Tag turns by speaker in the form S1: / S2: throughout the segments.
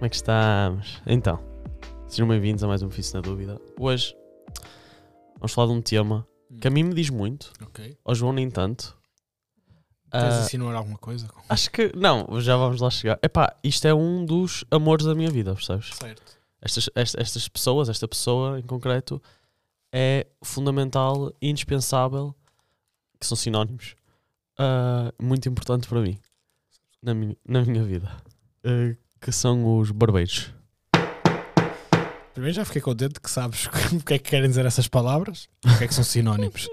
S1: é que estamos? Então, sejam bem-vindos a mais um Fice na Dúvida. Hoje vamos falar de um tema que a mim me diz muito,
S2: Ok.
S1: ao João nem tanto.
S2: Queres
S1: Ah,
S2: insinuar alguma coisa?
S1: acho que. Não, já vamos lá chegar. Epá, isto é um dos amores da minha vida, percebes?
S2: Certo.
S1: Estas, est- estas pessoas, esta pessoa em concreto, é fundamental, indispensável, que são sinónimos, ah, muito importante para mim, na minha, na minha vida, Ah, que são os barbeiros.
S2: Primeiro já fiquei contente que sabes o que é que querem dizer essas palavras, o que é que são sinónimos.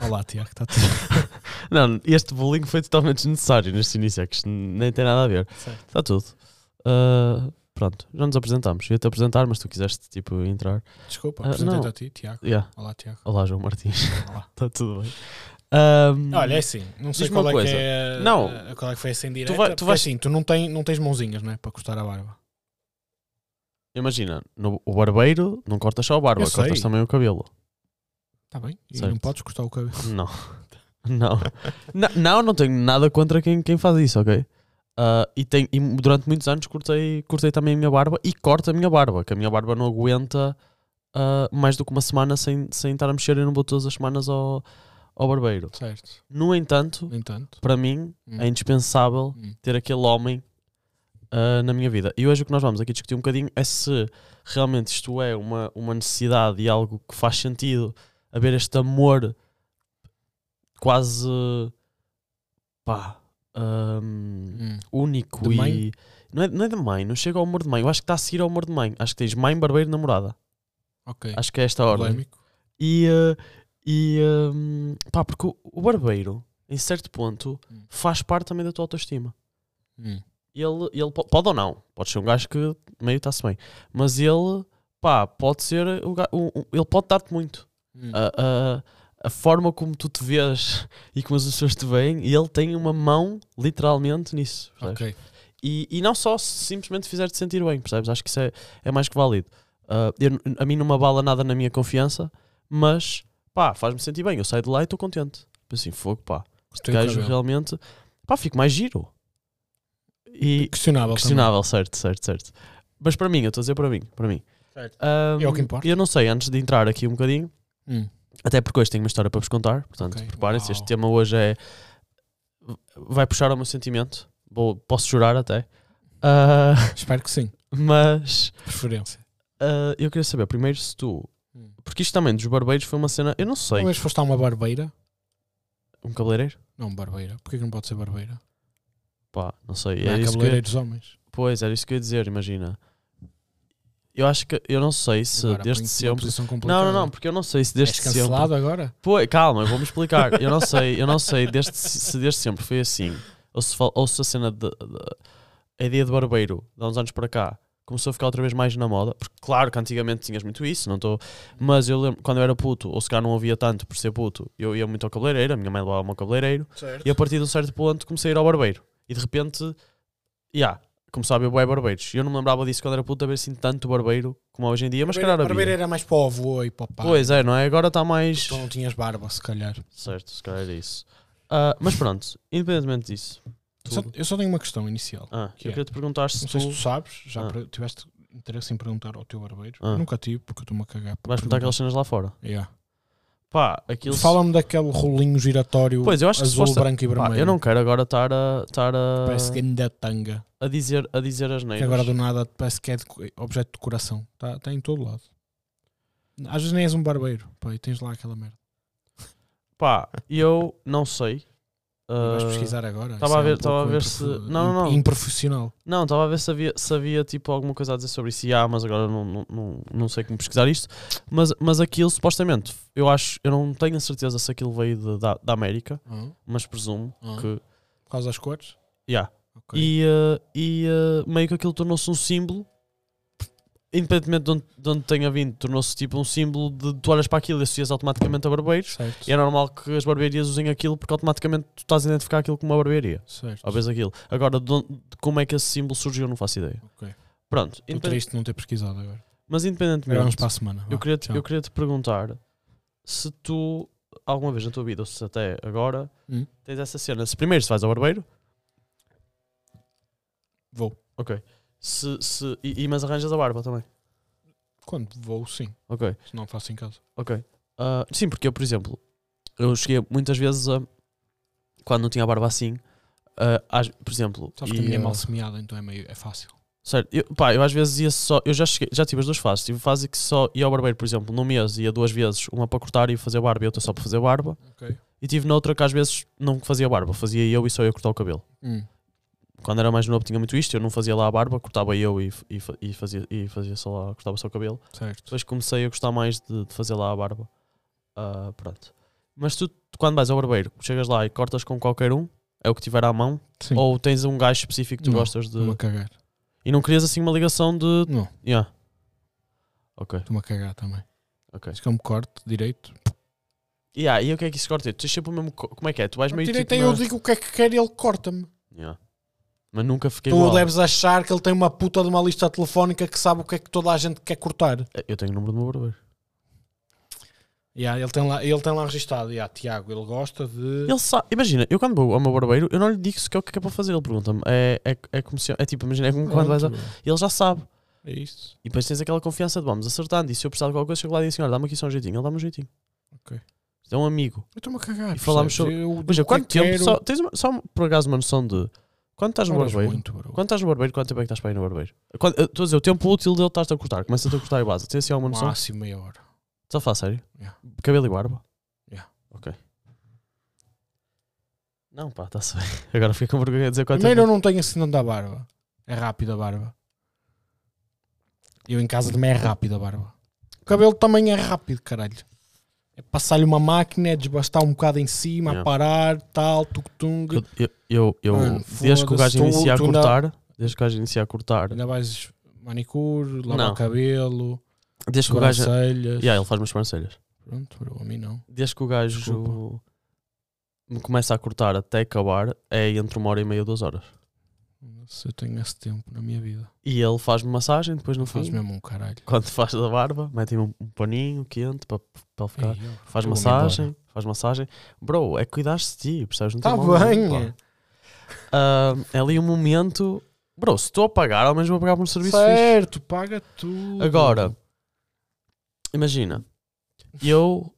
S2: Olá, Tiago, está tudo
S1: Não, este bullying foi totalmente desnecessário neste início, é que isto nem tem nada a ver.
S2: certo.
S1: Está tudo. Ah, pronto, já nos apresentámos. Eu ia te apresentar, mas tu quiseste tipo entrar.
S2: Desculpa,
S1: Ah,
S2: apresentei-te
S1: não.
S2: a ti, Tiago.
S1: Yeah.
S2: Olá, Tiago.
S1: Olá, João Martins.
S2: Olá.
S1: Está tudo bem. Ahm,
S2: Olha, é assim, não sei
S1: Diz-me uma
S2: qual é,
S1: coisa.
S2: que é a-
S1: Não.
S2: a- qual é que foi essa indireta.
S1: Tu
S2: Tu,
S1: vai- tu
S2: tu
S1: vais-
S2: assim, tu não, tem, não tens mãozinhas, não é? Para cortar a barba.
S1: imagina, no- o barbeiro não cortas só a barba,
S2: é- Eu sei.
S1: cortas também o cabelo.
S2: Está Tá bem? E
S1: Certo.
S2: não podes cortar o cabelo.
S1: Não. não. Na- Não, não tenho nada contra quem, quem faz isso, ok? Ah, e, tenho, e durante muitos anos cortei, cortei também a minha barba e corto a minha barba, que a minha barba não aguenta ah, mais do que uma semana sem, sem estar a mexer. Eu não vou todas as semanas ao, ao barbeiro.
S2: Certo.
S1: No entanto,
S2: No entanto.
S1: para mim
S2: Hum.
S1: é indispensável
S2: Hum.
S1: ter aquele homem ah, na minha vida. E hoje o que nós vamos aqui discutir um bocadinho é se realmente isto é uma, uma necessidade e algo que faz sentido haver este amor quase pá, ahm,
S2: Hum.
S1: único
S2: De
S1: e
S2: mãe?
S1: Não, é, não é de mãe, não chega ao amor de mãe. Eu acho que está a seguir ao amor de mãe. Acho que tens mãe, barbeiro, namorada.
S2: Ok.
S1: Acho que é esta a ordem.
S2: Polémico.
S1: E, eh, e hum, pá, porque o, o barbeiro, em certo ponto,
S2: Hum.
S1: faz parte também da tua autoestima.
S2: Hum.
S1: Ele, ele po- pode ou não, pode ser um gajo que meio está-se bem, mas ele, pá, pode ser, o ga- o- o- ele pode dar-te muito.
S2: Hum.
S1: Ah, A, a, a forma como tu te vês e como as pessoas te veem, e ele tem uma mão, literalmente, nisso. percebes?
S2: ok.
S1: E, e não só se simplesmente fizer-te sentir bem, percebes? Acho que isso é, é mais que válido. Ah, eu- a mim não me abala nada na minha confiança, mas pá, faz-me sentir bem. Eu saio de lá e estou contente. Tipo Assim, fogo, pá.
S2: Cortei o
S1: Gajo
S2: cabelo.
S1: realmente, pá, fico mais giro. E
S2: Questionável.
S1: questionável, certo, certo, certo. Mas para mim, eu estou a dizer para mim, para mim.
S2: Certo.
S1: Ah,
S2: É o que importa.
S1: Eu não sei, antes de entrar aqui um bocadinho,
S2: Também. Hum.
S1: até porque hoje tenho uma história para vos contar, portanto,
S2: Ok.
S1: preparem-se. Este
S2: Uau.
S1: tema hoje é. vai puxar ao meu sentimento. Vou- posso chorar até. Ah,
S2: Espero que sim.
S1: mas
S2: Preferência.
S1: ah, eu queria saber primeiro se tu.
S2: Hum.
S1: Porque isto também dos barbeiros foi uma cena. Eu não sei.
S2: Talvez foste a uma barbeira.
S1: Um cabeleireiro?
S2: Não, barbeira. Porquê que não pode ser barbeira?
S1: Pá, não sei.
S2: É,
S1: Era
S2: é
S1: isso que eu,
S2: cabeleireiro dos homens.
S1: pois, era isso que eu ia dizer, imagina. Eu acho que. Eu não sei se
S2: Agora,
S1: desde
S2: põe-te numa
S1: sempre.
S2: posição complicada.
S1: Não, não, não, porque eu não sei se desde
S2: um. És cancelado
S1: sempre.
S2: agora?
S1: Pois, calma, eu vou-me explicar. eu não sei, eu não sei desde, se desde sempre foi assim. Ou se, fal- ou se a cena de, de- A ideia de barbeiro, de há uns anos para cá, começou a ficar outra vez mais na moda. Porque, claro que antigamente tinhas muito isso, não estou. Mas eu lembro, quando eu era puto, ou se calhar não havia tanto por ser puto, eu ia muito ao cabeleireiro, a minha mãe levava-me ao cabeleireiro,
S2: Certo.
S1: e a partir de um certo ponto comecei a ir ao barbeiro. E de repente, já, começou a haver bué barbeiros. E eu não me lembrava disso quando era puto, haver assim tanto barbeiro como há hoje em dia, mas se calhar
S2: barbeira
S1: havia.
S2: era mais para o avô e para o pai.
S1: Pois é, não é? Agora está mais.
S2: Tu não tinhas barba, se calhar.
S1: Certo, se calhar era isso. Ah, mas pronto, independentemente disso,
S2: Só-
S1: tudo.
S2: eu só tenho uma questão inicial.
S1: Ah, eu
S2: Que é?
S1: queria te perguntar se
S2: Não
S1: tu
S2: sei se tu sabes, já
S1: Ah.
S2: pre- tiveste interesse em perguntar ao teu barbeiro.
S1: Ah.
S2: Nunca tive, porque eu estou-me a cagar. por
S1: vais perguntar aquelas cenas
S2: perguntas.
S1: lá fora.
S2: Yeah.
S1: Pá, aquilo.
S2: Fala-me daquele rolinho giratório
S1: Pois, eu acho que se
S2: azul,
S1: fosse-
S2: branco e
S1: Pá,
S2: vermelho.
S1: eu não quero agora estar a, estar a,
S2: Parece grande tanga.
S1: a dizer, a dizer as neiras.
S2: Que agora do nada parece que é de co- objeto de decoração. Está tá em todo lado. Às vezes nem és um barbeiro. Pô, e tens lá aquela merda.
S1: Pá, eu não sei.
S2: E
S1: Ah,
S2: Vais pesquisar agora.
S1: tava
S2: Isso
S1: a
S2: é
S1: ver-
S2: pouco
S1: tava a ver se-
S2: improfe-
S1: não, não, não.
S2: Improfissional.
S1: Não, estava a ver se havia, se havia, tipo alguma coisa a dizer sobre isso. E há, mas agora não, não, não, não sei como pesquisar isto. Mas, mas aquilo supostamente, eu acho, eu não tenho a certeza se aquilo veio de- da, da América,
S2: Ah,
S1: mas presumo
S2: ah.
S1: que
S2: Por causa das cores?
S1: Yeah.
S2: Ok.
S1: E, eh, e, eh, meio que aquilo tornou-se um símbolo, independentemente de onde, de onde tenha vindo, tornou-se tipo um símbolo de tu olhas para aquilo e associas automaticamente a barbeiros.
S2: Certo.
S1: E é normal que as barbearias usem aquilo porque automaticamente tu estás a identificar aquilo como uma barbearia.
S2: certo.
S1: Ou vês aquilo. Agora, de onde- de como é que esse símbolo surgiu, não faço ideia.
S2: Ok.
S1: Pronto,
S2: Estou
S1: independ-
S2: triste de não ter pesquisado agora.
S1: mas
S2: Vamos
S1: independentemente,
S2: para a semana.
S1: Então- eu
S2: vá.
S1: queria, te,
S2: Tchau.
S1: eu queria te perguntar se tu alguma vez na tua vida, ou se até agora,
S2: Hum?
S1: tens essa cena. Se primeiro se vais ao barbeiro,
S2: Vou.
S1: Ok. Se, se, e, e- mas arranjas a barba também.
S2: Quando vou, sim.
S1: Ok,
S2: Se não faço em casa.
S1: ok. Ah, sim, porque eu, por exemplo, eu cheguei muitas vezes a. Quando não tinha a barba assim. ah, às- por exemplo.
S2: Sabes que a
S1: e,
S2: minha é
S1: ah,
S2: mal semeada, então é meio. É fácil.
S1: Sério, eu, pá, eu às vezes ia só. Eu já, cheguei, já tive as duas fases. Tive fase que só ia ao barbeiro, por exemplo, num mês ia duas vezes, uma para cortar e fazer barba e outra só para fazer barba.
S2: Ok.
S1: E tive noutra que às vezes não fazia barba, fazia eu e só eu cortar o cabelo.
S2: Hum.
S1: Quando era mais novo tinha muito isto, eu não fazia lá a barba, cortava eu e, e, fa- e fazia, e fazia só lá, cortava só o cabelo.
S2: Certo.
S1: Depois comecei a gostar mais de, de fazer lá a barba. Ah, pronto. Mas tu, quando vais ao barbeiro, chegas lá e cortas com qualquer um, é o que tiver à mão,
S2: Sim.
S1: ou tens um gajo específico que tu
S2: Não,
S1: gostas de.
S2: Estou-me a cagar.
S1: E não querias assim uma ligação de.
S2: Não,
S1: Yeah. Ok.
S2: estou-me a cagar também.
S1: Ok.
S2: Acho que é um corte direito.
S1: Yeah, e o que é que isso corta? Tu tens sempre o mesmo. co- Como é que é? Tu vais meio
S2: direito
S1: tipo.
S2: é eu
S1: na-
S2: digo o que é que quer e ele corta-me.
S1: Yeah. Mas nunca fiquei
S2: Tu
S1: igual.
S2: deves achar que ele tem uma puta de uma lista telefónica que sabe o que é que toda a gente quer cortar.
S1: Eu tenho o número do meu barbeiro.
S2: Yeah, ele, tem lá, ele tem lá registado. Yeah, Tiago, ele gosta de.
S1: Ele sabe, imagina, eu quando vou ao meu barbeiro, eu não lhe digo se que é o que é para fazer. Ele pergunta-me. É, é, é como se. É tipo, imagina, é como quando vais a. Ele já sabe.
S2: É isso.
S1: E depois tens aquela confiança de vamos acertando. E se eu precisar de qualquer coisa, chego lá e digo assim: olha, dá-me aqui só um jeitinho. Ele dá-me um jeitinho.
S2: Ok.
S1: É um amigo.
S2: Eu estou-me a cagar.
S1: E falámos
S2: percebes?
S1: sobre-
S2: Eu, do
S1: Mas há
S2: que
S1: quanto tempo?
S2: quero-
S1: Só, tens uma- só um- por acaso uma noção de. Quando estás no
S2: Falas
S1: barbeiro?
S2: muito, bro.
S1: Quando estás no barbeiro, quanto tempo é que estás para ir no barbeiro? Quando- eu Estou a dizer, o tempo útil dele estás-te a cortar. Começa-te a cortar e base. Tens assim
S2: é um
S1: alguma noção?
S2: Máximo meia hora.
S1: Estás a falar sério?
S2: Yeah.
S1: Cabelo e barba?
S2: Yeah.
S1: Ok. Não, pá, está-se bem. Agora fiquei com vergonha de dizer quanto
S2: Primeiro eu
S1: tempo.
S2: não tenho assim tanto da barba. É rápido a barba. Eu em casa também é rápido a barba. O cabelo também é rápido, caralho. É passar-lhe uma máquina, é desbastar um bocado em cima,
S1: Yeah.
S2: a parar, tal, tuk-tung.
S1: Eu, eu, eu-
S2: Mano,
S1: desde que o gajo
S2: foda-se, tu-
S1: inicia a
S2: tu não-
S1: cortar, desde que o gajo inicia a cortar,
S2: Ainda vais manicure, lavar
S1: Não.
S2: o cabelo,
S1: desde que o gajo. é-
S2: sobrancelhas.
S1: Yeah, ele faz umas sobrancelhas.
S2: Pronto, bro, a mim não.
S1: Desde que o gajo
S2: Desculpa.
S1: me começa a cortar até acabar, é entre uma hora e meia, duas horas.
S2: Se eu tenho esse tempo na minha vida.
S1: E ele faz-me massagem, depois no
S2: Faz
S1: fim.
S2: mesmo um caralho.
S1: Quando faz da barba, mete-me um, um paninho quente para ele ficar.
S2: Ei, eu-
S1: Faz
S2: eu vou-me
S1: massagem,
S2: embora.
S1: faz massagem. Bro, é cuidar-se de ti, percebes? Não tem
S2: Tá
S1: mal nenhum,
S2: bem.
S1: pá. Ah, é ali um momento. Bro, se estou a pagar, ao menos vou pagar por um serviço fixe.
S2: Certo, paga tudo.
S1: Agora, imagina, eu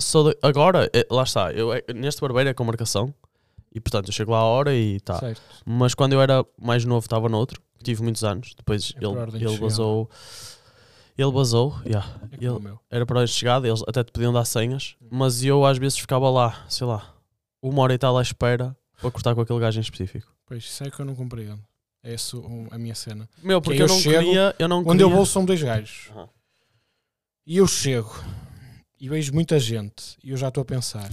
S1: sou. de- agora, eh, lá está, eu, eh, neste barbeiro é com marcação e portanto eu chego lá à hora e tá.
S2: Certo.
S1: Mas quando eu era mais novo, estava noutro, que tive muitos anos. Depois
S2: É por ordem
S1: ele,
S2: de
S1: ele
S2: chegada.
S1: basou. Ele basou, yeah.
S2: É
S1: Ele-
S2: como o meu.
S1: era para hora de chegada, eles até te podiam dar senhas, mas eu às vezes ficava lá, sei lá, uma hora e tal à espera para cortar com aquele gajo em específico.
S2: Pois, isso é que eu não compreendo. É essa o- a minha cena.
S1: Meu, porque
S2: Que
S1: eu,
S2: eu
S1: não
S2: chego,
S1: queria, eu não
S2: Quando
S1: queria.
S2: eu vou são dois gajos.
S1: Aham.
S2: E eu chego e vejo muita gente e eu já estou a pensar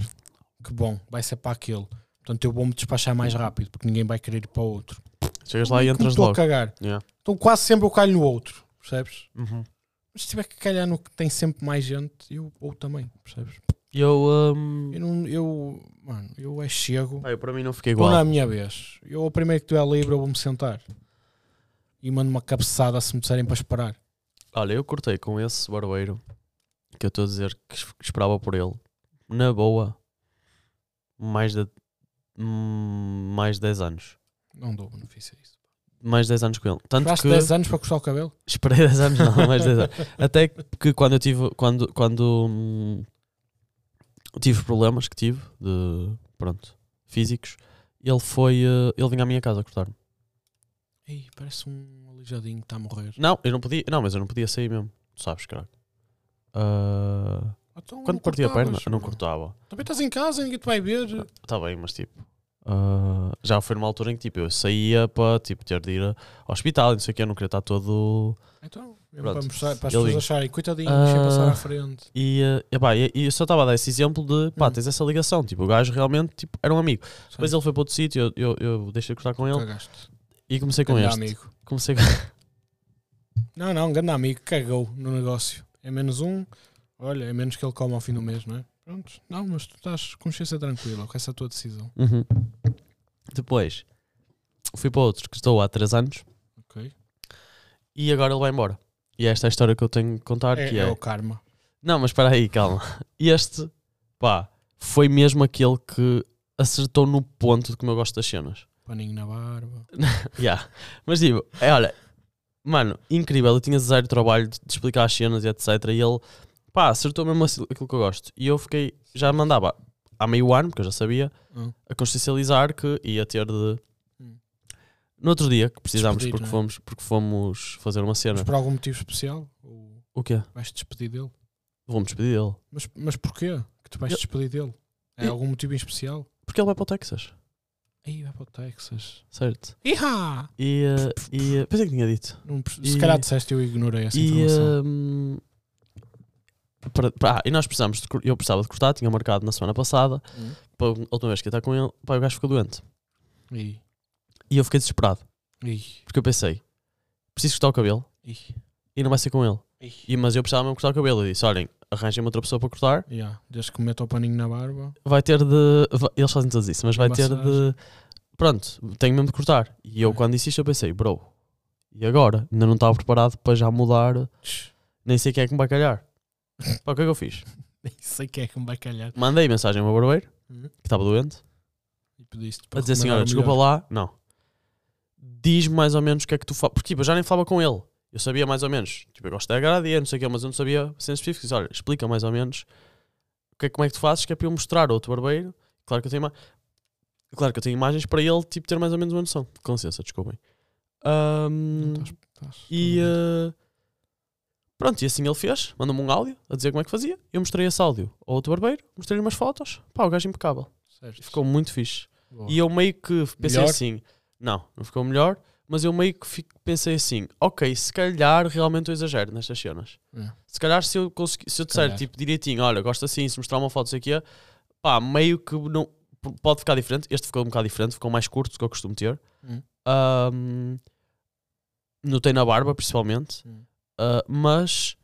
S2: que bom, vai ser para aquele. Portanto, eu vou-me despachar mais rápido porque ninguém vai querer ir para o outro.
S1: Chegas lá e
S2: Como
S1: entras
S2: estou a
S1: logo.
S2: cagar.
S1: Yeah.
S2: Então quase sempre eu calho no outro, percebes?
S1: Uhum.
S2: Mas se tiver que calhar no que tem sempre mais gente, eu vou também, percebes?
S1: Eu, hum,
S2: Eu não, eu, mano, eu é chego,
S1: pá, eu para mim não fiquei
S2: estou na
S1: igual.
S2: minha vez. Eu, o primeiro que tiver livre, eu vou-me sentar e mando uma cabeçada se me disserem para esperar.
S1: Olha, eu cortei com esse barbeiro que eu estou a dizer que es- que esperava por ele, na boa, mais de hum, mais 10 anos.
S2: Não dou benefício a isso.
S1: Mais 10 anos com ele. Tanto
S2: Esperaste
S1: que
S2: 10 anos para cortar o cabelo?
S1: Esperei 10 anos, não, mais 10 anos. Até que quando eu tive, quando, quando hum, tive os problemas que tive, de, pronto, físicos, ele foi, eh, ele vinha à minha casa cortar-me.
S2: Ei, parece um aleijadinho que está a morrer.
S1: Não, eu não podia, não, mas eu não podia sair mesmo, tu sabes, caralho. Ah,
S2: Então
S1: quando
S2: não
S1: parti a perna,
S2: cortavas,
S1: eu não
S2: bro.
S1: cortava.
S2: Também estás em casa, ninguém te vai ver.
S1: Está bem, mas tipo, ah, já foi numa altura em que tipo, eu saía para tipo, ter de ir a- ao hospital, e não sei o que, eu não queria estar todo...
S2: Então, mesmo
S1: Pronto.
S2: para, mostrar, para as
S1: Ele
S2: pessoas
S1: vinha.
S2: acharem, coitadinho,
S1: Ah.
S2: deixa passar à frente.
S1: E, eh, epá, e, e eu só estava a dar esse exemplo de, pá,
S2: Hum.
S1: tens essa ligação, tipo, o gajo realmente tipo, era um amigo. Depois
S2: Sim,
S1: ele foi para outro sítio, eu, eu, eu deixei de cortar com ele
S2: Cagaste.
S1: e comecei com
S2: Ganda
S1: este.
S2: amigo.
S1: Comecei com...
S2: Não, não, grande amigo, cagou no negócio. É menos um, olha, é menos que ele come ao fim do mês, não é? Pronto, não, mas tu estás com consciência tranquila com essa tua decisão.
S1: Uhum. Depois fui para outro que estou há 3 anos
S2: Ok.
S1: e agora ele vai embora. E esta é a história que eu tenho que contar.
S2: É,
S1: que
S2: é
S1: é...
S2: o karma.
S1: Não, mas espera aí, calma. Este, pá, foi mesmo aquele que acertou no ponto de como eu gosto das cenas.
S2: Paninho na barba.
S1: Yeah. Mas tipo, é, olha, mano, incrível. Eu tinha zero trabalho de de explicar as cenas e etc. E ele, pá, acertou mesmo aquilo aquilo que eu gosto. E eu fiquei, já mandava há meio ano, porque eu já sabia,
S2: Hum.
S1: a consciencializar que ia ter de.
S2: Hum.
S1: No outro dia que precisámos,
S2: Despedir,
S1: porque,
S2: não é?
S1: fomos, porque fomos fazer uma
S2: Mas
S1: cena.
S2: por algum motivo especial? Ou
S1: O quê?
S2: vais-te despedir dele?
S1: Vou-me despedir dele.
S2: Mas, mas porquê que tu vais-te
S1: Eu-
S2: despedir dele? É
S1: Eu-
S2: algum motivo em especial?
S1: Porque ele vai para o Texas,
S2: Aí vai para o Texas.
S1: certo?
S2: Ihá!
S1: E. eh, e eh, pensei que tinha dito.
S2: Não perce- Se
S1: E-
S2: calhar disseste, eu ignorei essa
S1: E,
S2: informação.
S1: hum, para- para- ah, e nós precisámos, de cor- eu precisava de cortar, tinha marcado na semana passada,
S2: Hum.
S1: para a última vez que ia estar com ele, pá, o gajo ficou doente.
S2: Ih,
S1: E eu fiquei desesperado,
S2: ih,
S1: porque eu pensei, preciso cortar o cabelo
S2: ih,
S1: e não vai ser com ele.
S2: ih.
S1: E, mas eu precisava mesmo cortar o cabelo. Eu disse, olhem, arranjem-me outra pessoa para cortar,
S2: Ya, Desde que me meta o paninho na barba.
S1: vai ter de... va- eles fazem todos isso, mas vai ter
S2: Massagem.
S1: de... Pronto, tenho mesmo de cortar. E eu
S2: É.
S1: quando disse isto eu pensei, bro, e agora? Ainda não estava preparado para já mudar,
S2: Tch,
S1: nem sei quem é que me vai calhar. Pá, o que é que eu fiz?
S2: Nem sei quem é que me vai calhar.
S1: Mandei mensagem ao meu barbeiro,
S2: Hum.
S1: que estava doente,
S2: E pediste
S1: a dizer assim:
S2: recomendar
S1: olha,
S2: o
S1: desculpa
S2: Então, melhor.
S1: lá, não. Diz me mais ou menos o que é que tu falas. Porque tipo, eu já nem falava com ele. Eu sabia mais ou menos. Tipo, eu gosto da agradia, não sei o quê, mas eu não sabia sem específico. Disse, olha, explica mais ou menos o que é, como é que tu fazes, que é para eu mostrar ao outro barbeiro. Claro que eu tenho, ima- claro que eu tenho imagens para ele tipo, ter mais ou menos uma noção. Com licença, desculpem. Ahm,
S2: Não estás- é estás-
S1: e
S2: estás-
S1: eh, pronto, e assim ele fez. Mandou-me um áudio a dizer como é que fazia. Eu mostrei esse áudio ao outro barbeiro, mostrei-lhe umas fotos. Pá, o gajo impecável.
S2: Certo.
S1: Ficou muito fixe.
S2: Boa.
S1: E eu meio que pensei
S2: Melhor?
S1: assim: não, não ficou melhor, mas eu meio que fi- pensei assim: ok, se calhar realmente eu exagero nestas cenas.
S2: É.
S1: Se calhar se eu, consegui, se eu disser
S2: Calhar.
S1: tipo direitinho, olha, gosto assim, se mostrar uma foto, sei o quê, pá, meio que não, p- pode ficar diferente. Este ficou um bocado diferente, ficou mais curto do que eu costumo ter.
S2: Hum.
S1: Ahm, notei na barba, principalmente,
S2: Hum.
S1: Ah, mas.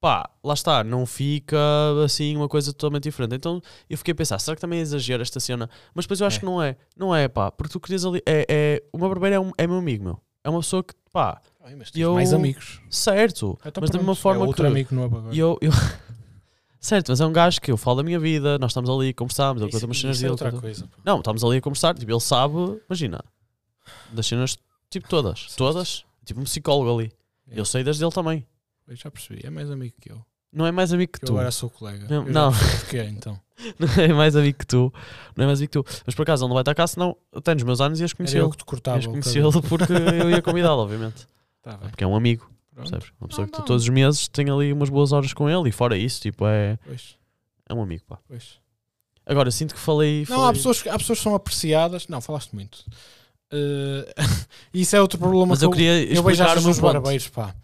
S1: Pá, lá está, não fica assim uma coisa totalmente diferente. Então eu fiquei a pensar, será que também é exagero esta cena? Mas depois eu acho
S2: É.
S1: que não é. Não é, pá. Porque tu querias ali. É, é, o meu barbeiro é, um- é meu amigo, meu. É uma pessoa que, pá,
S2: Ai, mas
S1: eu-
S2: tens mais amigos.
S1: certo.
S2: Então
S1: mas da
S2: pronto,
S1: mesma forma
S2: é outro
S1: que.
S2: amigo novo agora.
S1: e eu, eu- certo, mas é um gajo que eu falo da minha vida, nós estamos ali, conversamos, ele
S2: Isso-
S1: conta umas cenas
S2: isso é
S1: dele.
S2: outra
S1: conta-
S2: coisa. pá.
S1: Não, estamos ali a conversar, tipo, ele sabe, imagina, das cenas, tipo, todas.
S2: Certo.
S1: Todas. Tipo, um psicólogo ali.
S2: É.
S1: Eu sei das dele também.
S2: Eu já percebi. É mais amigo que eu.
S1: Não é mais amigo que
S2: Que
S1: tu.
S2: eu agora sou colega.
S1: Não,
S2: Eu já
S1: não.
S2: percebi Porque é, então.
S1: Não é mais amigo que tu. Não é mais amigo que tu. Mas por acaso ele não vai estar cá, senão eu tenho os meus anos e ias
S2: Era
S1: conhecê-lo.
S2: eu que um te cortava
S1: Ias
S2: o
S1: conhecê-lo
S2: cabelo.
S1: porque eu ia convidá-lo, obviamente.
S2: Tá bem.
S1: Porque é um amigo,
S2: Pronto.
S1: percebes? Uma pessoa
S2: Não,
S1: que tu
S2: não.
S1: todos os meses tem ali umas boas horas com ele e fora isso, tipo, é,
S2: Pois,
S1: é um amigo, pá.
S2: pois.
S1: Agora, sinto que falei.
S2: Não,
S1: falei-
S2: há pessoas, que- há pessoas que são apreciadas. Não, falaste muito. Eh, isso é outro problema
S1: Mas
S2: que
S1: eu queria
S2: eu vejo
S1: explicar o
S2: às
S1: meu
S2: dos
S1: ponto.
S2: barbeiros, pá.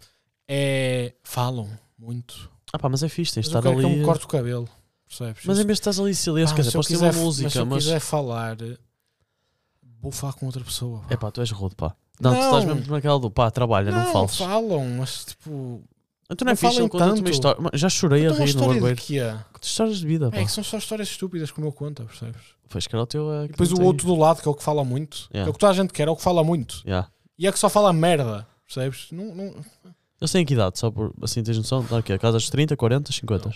S2: É, falam muito.
S1: Ah, pá, mas é fixe, tens
S2: Mas
S1: de
S2: eu
S1: estar
S2: quero que eu
S1: ali.
S2: me corte o cabelo, percebes?
S1: Mas é em
S2: Isso-
S1: vez de estás ali em silêncio, quer
S2: pá, mas
S1: dizer,
S2: se eu
S1: podes ter uma
S2: quiser- se
S1: música,
S2: eu
S1: mas.
S2: quiser falar, eh, vou falar com outra pessoa. pá.
S1: É pá, tu és rude, pá. Não, tu
S2: Não.
S1: estás mesmo é naquela do pá, trabalha, não, fales.
S2: falam, mas tipo.
S1: Tu não é
S2: Não
S1: fixe, ele
S2: falem
S1: conta-te uma
S2: tanto.
S1: história. Mas Já chorei a
S2: Então, uma
S1: rir no
S2: história de
S1: barbeiro.
S2: que é?
S1: Histórias de vida, pá.
S2: É que são só histórias estúpidas que o meu conta, percebes?
S1: Pois, cara, o teu é.
S2: E depois o outro do lado, que é o que fala muito.
S1: Yeah.
S2: É o que toda a gente quer, é o que fala muito.
S1: Yeah.
S2: E é que só fala merda, percebes? Não, não...
S1: Eu sei em que idade, só por. Assim, tens noção? Dá o quê? Casas de 30, 40, 50? O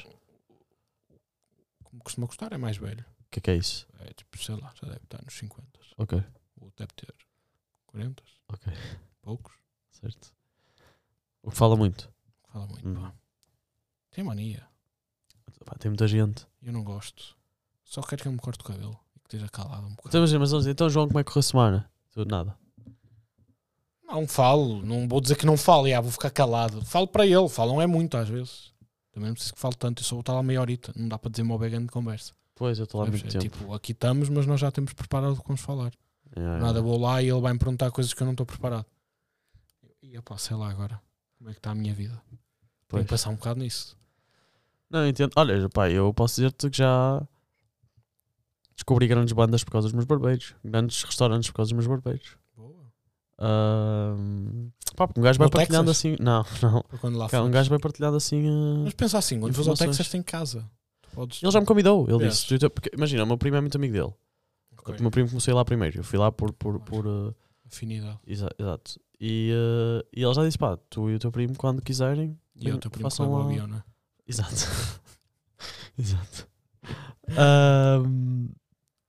S2: Como costuma gostar, é mais velho.
S1: que é que é isso?
S2: É tipo, sei lá, já deve estar nos 50.
S1: Ok,
S2: Ou deve ter 40,
S1: ok,
S2: poucos.
S1: certo. O que fala muito.
S2: Fala muito,
S1: Hum.
S2: pá. Tem mania.
S1: Pá, tem muita gente.
S2: Eu não gosto. Só quero que eu me corte o cabelo e que esteja calado um bocado.
S1: Então, imagina, mas vamos dizer, então, João, como é que correu a semana? Tu, nada.
S2: Não falo, não vou dizer que não falo, já, vou ficar calado. Falo para ele, falam é muito às vezes. Também não preciso que fale tanto, eu só vou estar lá meia horita, não dá para dizer uma grande conversa.
S1: Pois, eu estou lá há muito
S2: Percebes? É
S1: tempo. É.
S2: Tipo, aqui estamos, mas nós já temos preparado o que vamos falar.
S1: Yeah, yeah.
S2: Nada, vou lá e ele vai me perguntar coisas que eu não estou preparado. E eu sei lá agora como é que está a minha vida. Tenho
S1: Pois.
S2: que pensar um bocado nisso.
S1: Não, eu entendo. Olha, pá, eu posso dizer-te que já descobri grandes bandas por causa dos meus barbeiros. Grandes restaurantes por causa dos meus barbeiros.
S2: Boa.
S1: Ahm, pá, porque um gajo vai
S2: No
S1: partilhando
S2: Texas? Ah,
S1: assim. Não, não.
S2: Para quando lá
S1: Cá, Um
S2: fores.
S1: gajo vai partilhando assim. ah,
S2: Mas pensa assim, quando fores ao
S1: Informações.
S2: Texas tem casa. Tu podes...
S1: Ele já me convidou, ele
S2: Yes.
S1: disse. tu- tu- porque, imagina, o meu primo é muito amigo dele.
S2: Ok.
S1: O meu primo comecei lá primeiro. Eu fui lá por. por, por ah,
S2: Afinidade.
S1: exa- exato. E, ah, e ele já disse: pá, tu e o teu primo, quando quiserem,
S2: E eu, teu primo,
S1: façam
S2: pega o
S1: lá-
S2: avião, né?
S1: Exato. Exato. Ahm,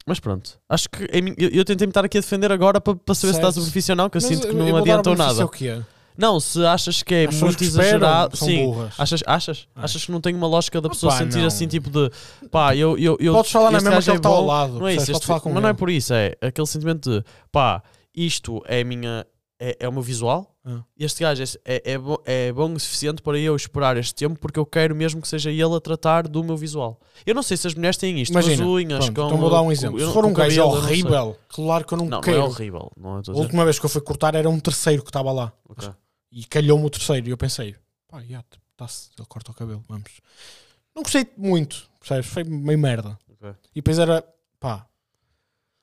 S1: Mas pronto, acho que em mim- eu, eu tentei me estar aqui a defender agora para, para saber se estás a
S2: Certo.
S1: benefício ou não, que eu
S2: Mas
S1: sinto que
S2: eu
S1: não
S2: vou dar
S1: adiantou
S2: um benefício
S1: nada.
S2: ao quê?
S1: Não, se achas que é
S2: Às pessoas
S1: muito
S2: que esperam,
S1: exagerado,
S2: são
S1: sim.
S2: burras.
S1: Achas, achas?
S2: Ah.
S1: Achas que não tem uma lógica da
S2: Opa,
S1: pessoa sentir
S2: não.
S1: assim tipo de pá, eu. eu, eu
S2: Podes falar na
S1: este
S2: mesma
S1: gajo
S2: que ele tá
S1: é
S2: está ao
S1: bom.
S2: lado.
S1: Não é
S2: percebes?
S1: isso,
S2: Podes
S1: este-
S2: falar com
S1: mas
S2: ele.
S1: não é por isso, é aquele sentimento de pá, isto é a minha. é, é o meu visual.
S2: Ah.
S1: Este gajo é, é, é, bom, é bom o suficiente para eu esperar este tempo porque eu quero mesmo que seja ele a tratar do meu visual. Eu não sei se as mulheres têm isto,
S2: Imagina,
S1: com as unhas,
S2: Pronto,
S1: com.
S2: então vou dar um
S1: com-
S2: exemplo.
S1: é eu-
S2: Se for um
S1: com
S2: gajo
S1: cabelo, eu não sei.
S2: horrível, um claro que eu não,
S1: Não, não
S2: quero.
S1: é horrível. Não, eu estou
S2: a
S1: a dizer.
S2: última vez que eu fui cortar era um terceiro que estava lá.
S1: Ok.
S2: E calhou-me o terceiro. E eu pensei, pá, já, tá-se, ele corta o cabelo, vamos. Não gostei muito, percebes? Foi meio merda.
S1: Ok.
S2: E depois era, pá,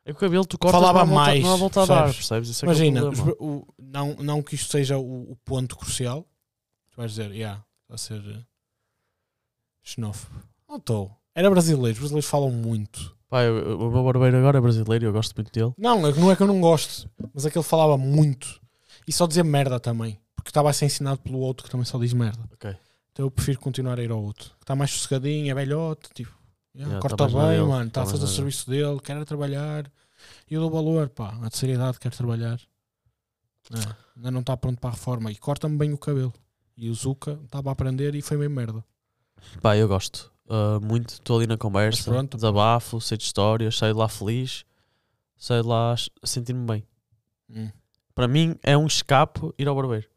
S1: É que o cabelo tu cortas
S2: Falava
S1: não há volta-
S2: mais,
S1: não há volta a dar,
S2: percebes?
S1: percebes? Isso é que é o
S2: imagina,
S1: problema.
S2: os- o- não, não que isto seja o, o ponto crucial. Tu vais dizer, yeah, vai ser eh, xenófobo. Não estou. Era brasileiro, os brasileiros falam muito.
S1: Pá, eu- eu- o meu barbeiro agora é brasileiro e eu gosto muito dele.
S2: Não, é que- não é que eu não gosto, mas aquele falava muito. E só dizia merda também. Porque estava a ser ensinado pelo outro que também só diz merda.
S1: Ok.
S2: Então eu prefiro continuar a ir ao outro. Que está mais sossegadinho, é velhote, tipo. yeah,
S1: Yeah,
S2: corta
S1: tá mais na
S2: bem,
S1: dele,
S2: mano. Está
S1: tá
S2: a
S1: mais
S2: fazer
S1: na
S2: o serviço dele, quer trabalhar. E eu dou valor, pá. A terceira idade quer trabalhar. É, ainda não está pronto para a reforma. E corta-me bem o cabelo. E o Zuka estava a aprender e foi meio merda.
S1: Pá, eu gosto ah, muito. Estou ali na conversa,
S2: Mas pronto.
S1: desabafo, sei de histórias, saio de lá feliz, saio de lá a sentir-me bem.
S2: Hum.
S1: Para mim é um escape ir ao barbeiro.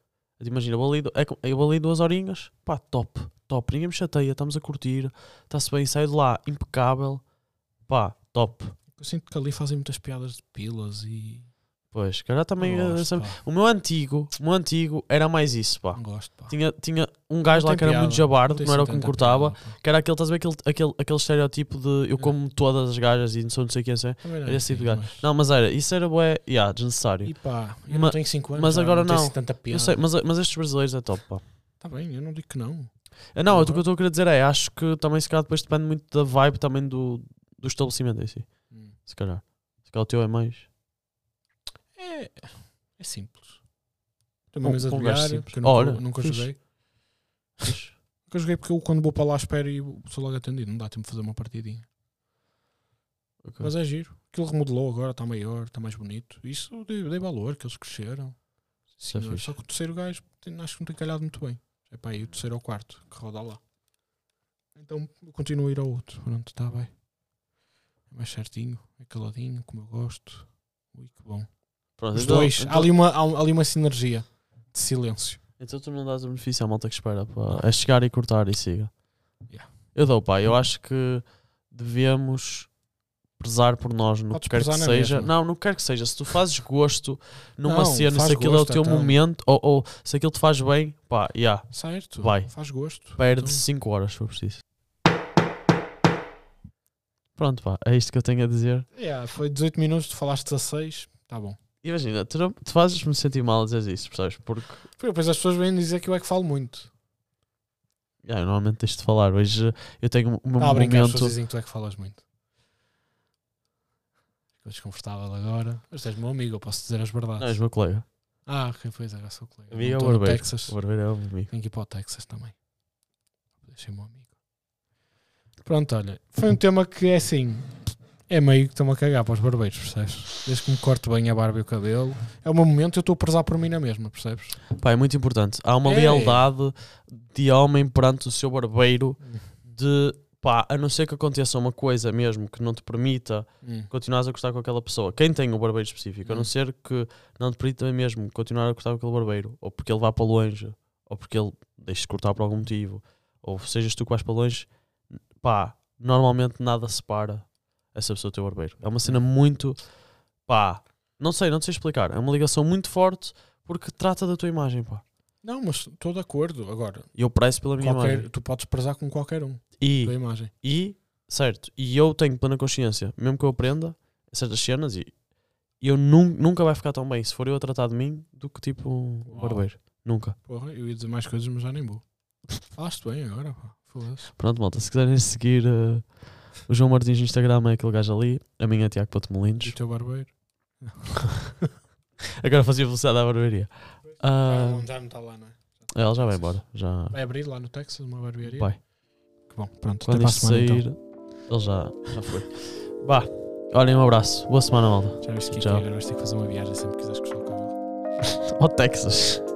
S1: Imagina, eu vou ali, du- é co- eu vou ali duas horinhas, pá, top, top. Ninguém me chateia, estamos a curtir, está-se bem, saio de lá impecável, pá, top.
S2: Eu sinto que ali fazem muitas piadas de pilas e.
S1: Pois, se calhar também.
S2: não
S1: ah,
S2: gosto,
S1: sabe-
S2: pá.
S1: O meu antigo, o meu antigo era mais isso, pá.
S2: Não gosto, pá.
S1: Tinha, tinha um gajo
S2: Não
S1: lá
S2: tem
S1: que era
S2: piada,
S1: muito jabardo, que
S2: tem
S1: Tipo, não era o
S2: assim
S1: que me
S2: tanta
S1: cortava,
S2: piada, pá.
S1: que era aquele, estás a ver, aquele, aquele, aquele estereotipo de eu
S2: Hum.
S1: como todas as gajas e não sou não sei quem é.
S2: Também não
S1: Era esse tipo de
S2: sei,
S1: gajo.
S2: mas-
S1: Não, mas era, isso era bué, yeah, desnecessário.
S2: E pá, eu
S1: Ma-
S2: não tenho 5 anos.
S1: mas
S2: já,
S1: agora
S2: não.
S1: não.
S2: Tenho assim tanta piada.
S1: Eu sei, mas, mas estes brasileiros é top, pá.
S2: Tá bem, eu não digo que não.
S1: Eh, Não, o que eu
S2: Concordo.
S1: estou a querer dizer é, acho que também se calhar depois depende muito da vibe também do, do estabelecimento em si, se calhar. Se calhar o teu é mais.
S2: É, é simples. Tem uma
S1: Um-
S2: mesa de
S1: um gajo
S2: bilhar,
S1: simples.
S2: que eu nunca,
S1: Olha,
S2: nunca
S1: fixe.
S2: joguei.
S1: Fixe.
S2: Nunca joguei porque eu quando vou para lá espero e sou logo atendido. Não dá tempo de fazer uma partidinha.
S1: Ok.
S2: Mas é giro. Aquilo remodelou agora, está maior, está mais bonito. Isso eu dei, dei valor, que eles cresceram.
S1: Isso é
S2: Senhor,
S1: fixe.
S2: só que o terceiro gajo tem- acho que não tem calhado muito bem. É para aí o terceiro ou quarto que roda lá. Então eu continuo a ir ao outro. Pronto, está bem. É mais certinho, é caladinho, como eu gosto. Ui, que bom.
S1: Pronto,
S2: Os
S1: então-
S2: dois.
S1: então-
S2: Há, ali uma, há um- há ali uma sinergia de silêncio.
S1: Então tu não dás o benefício à malta que espera pá. é chegar e cortar e siga.
S2: Yeah.
S1: Eu dou, pá, eu acho que devemos prezar por nós no
S2: Podes
S1: que quer que
S2: prezar na
S1: seja.
S2: mesma.
S1: Não, no que quer que seja. Se tu fazes gosto numa
S2: Não,
S1: cena,
S2: faz
S1: se aquilo é
S2: gosto,
S1: o teu
S2: então.
S1: momento, ou, ou se aquilo te faz bem, pá, yeah,
S2: Certo?
S1: Vai.
S2: Faz gosto.
S1: perde 5 horas se for preciso. Pronto, pá, é isto que eu tenho a dizer.
S2: Então, yeah, foi 18 minutos, tu falaste 16. Tá bom.
S1: Imagina, tu, não- tu fazes-me sentir mal a dizer isso, percebes? Porque
S2: Porque depois as pessoas vêm dizer que eu é que falo muito.
S1: yeah, eu normalmente deixo de falar. Hoje eu tenho um, um
S2: Está a brincar, as
S1: momento.
S2: pessoas dizem que tu é que falas muito. Ficou desconfortável agora. Mas tu és meu amigo, eu posso dizer as
S1: Não, és
S2: verdades.
S1: meu colega.
S2: Ah, ok, pois é, agora sou colega.
S1: Amigo é
S2: Não
S1: o
S2: tô no
S1: barbeiro.
S2: Texas.
S1: O barbeiro é o meu amigo.
S2: Tenho que ir para o Texas também. Deixei meu amigo. Pronto, olha. Foi um tema que é assim. É meio que estou-me a cagar para os barbeiros, percebes? Desde que me corte bem a barba e o cabelo. É o meu momento, eu estou a prezar por mim na mesma, percebes?
S1: Pá, é muito importante. Há uma
S2: É.
S1: lealdade de homem perante o seu barbeiro de pá, a não ser que aconteça uma coisa mesmo que não te permita
S2: Hum.
S1: continuares a gostar com aquela pessoa. Quem tem o barbeiro específico, a não
S2: Hum.
S1: ser que não te permita mesmo continuar a gostar com aquele barbeiro, ou porque ele vá para longe, ou porque ele deixe de cortar por algum motivo, ou sejas tu que vais para longe, pá, normalmente nada separa essa pessoa do teu barbeiro. É uma cena
S2: Hum.
S1: muito pá, não sei, não te sei explicar. É uma ligação muito forte porque trata da tua imagem, pá.
S2: Não, mas estou de acordo. Agora,
S1: E eu prezo pela minha
S2: qualquer-
S1: imagem.
S2: tu podes prezar com qualquer um da
S1: E,
S2: imagem.
S1: e, certo, e eu tenho plena consciência, mesmo que eu aprenda certas cenas, e eu nun- nunca vai ficar tão bem se for eu a tratar de mim do que tipo um
S2: Uau.
S1: barbeiro. Nunca.
S2: Porra, eu ia dizer mais coisas, mas já nem vou. Ah, Falaste bem é, agora, pá. Foda-se.
S1: Pronto, malta, se quiserem seguir eh, o João Martins no Instagram é aquele gajo ali, a minha é Tiago Pato
S2: E o
S1: Molinos.
S2: teu barbeiro?
S1: Agora fazia velocidade à barbearia. Ah,
S2: Já não- já não está lá, não é?
S1: ela já vai embora. Já
S2: Vai abrir lá no Texas uma barbearia?
S1: vai.
S2: Que bom,
S1: Quando
S2: pronto. até para a então.
S1: isto
S2: semana, então.
S1: sair, ele já, já foi. Vá, Olhem, um abraço. Boa semana, malta.
S2: Já viste que é
S1: Tchau.
S2: aqui agora vais ter que fazer uma viagem sempre que quiseres cortar o cabelo.
S1: Ao Texas.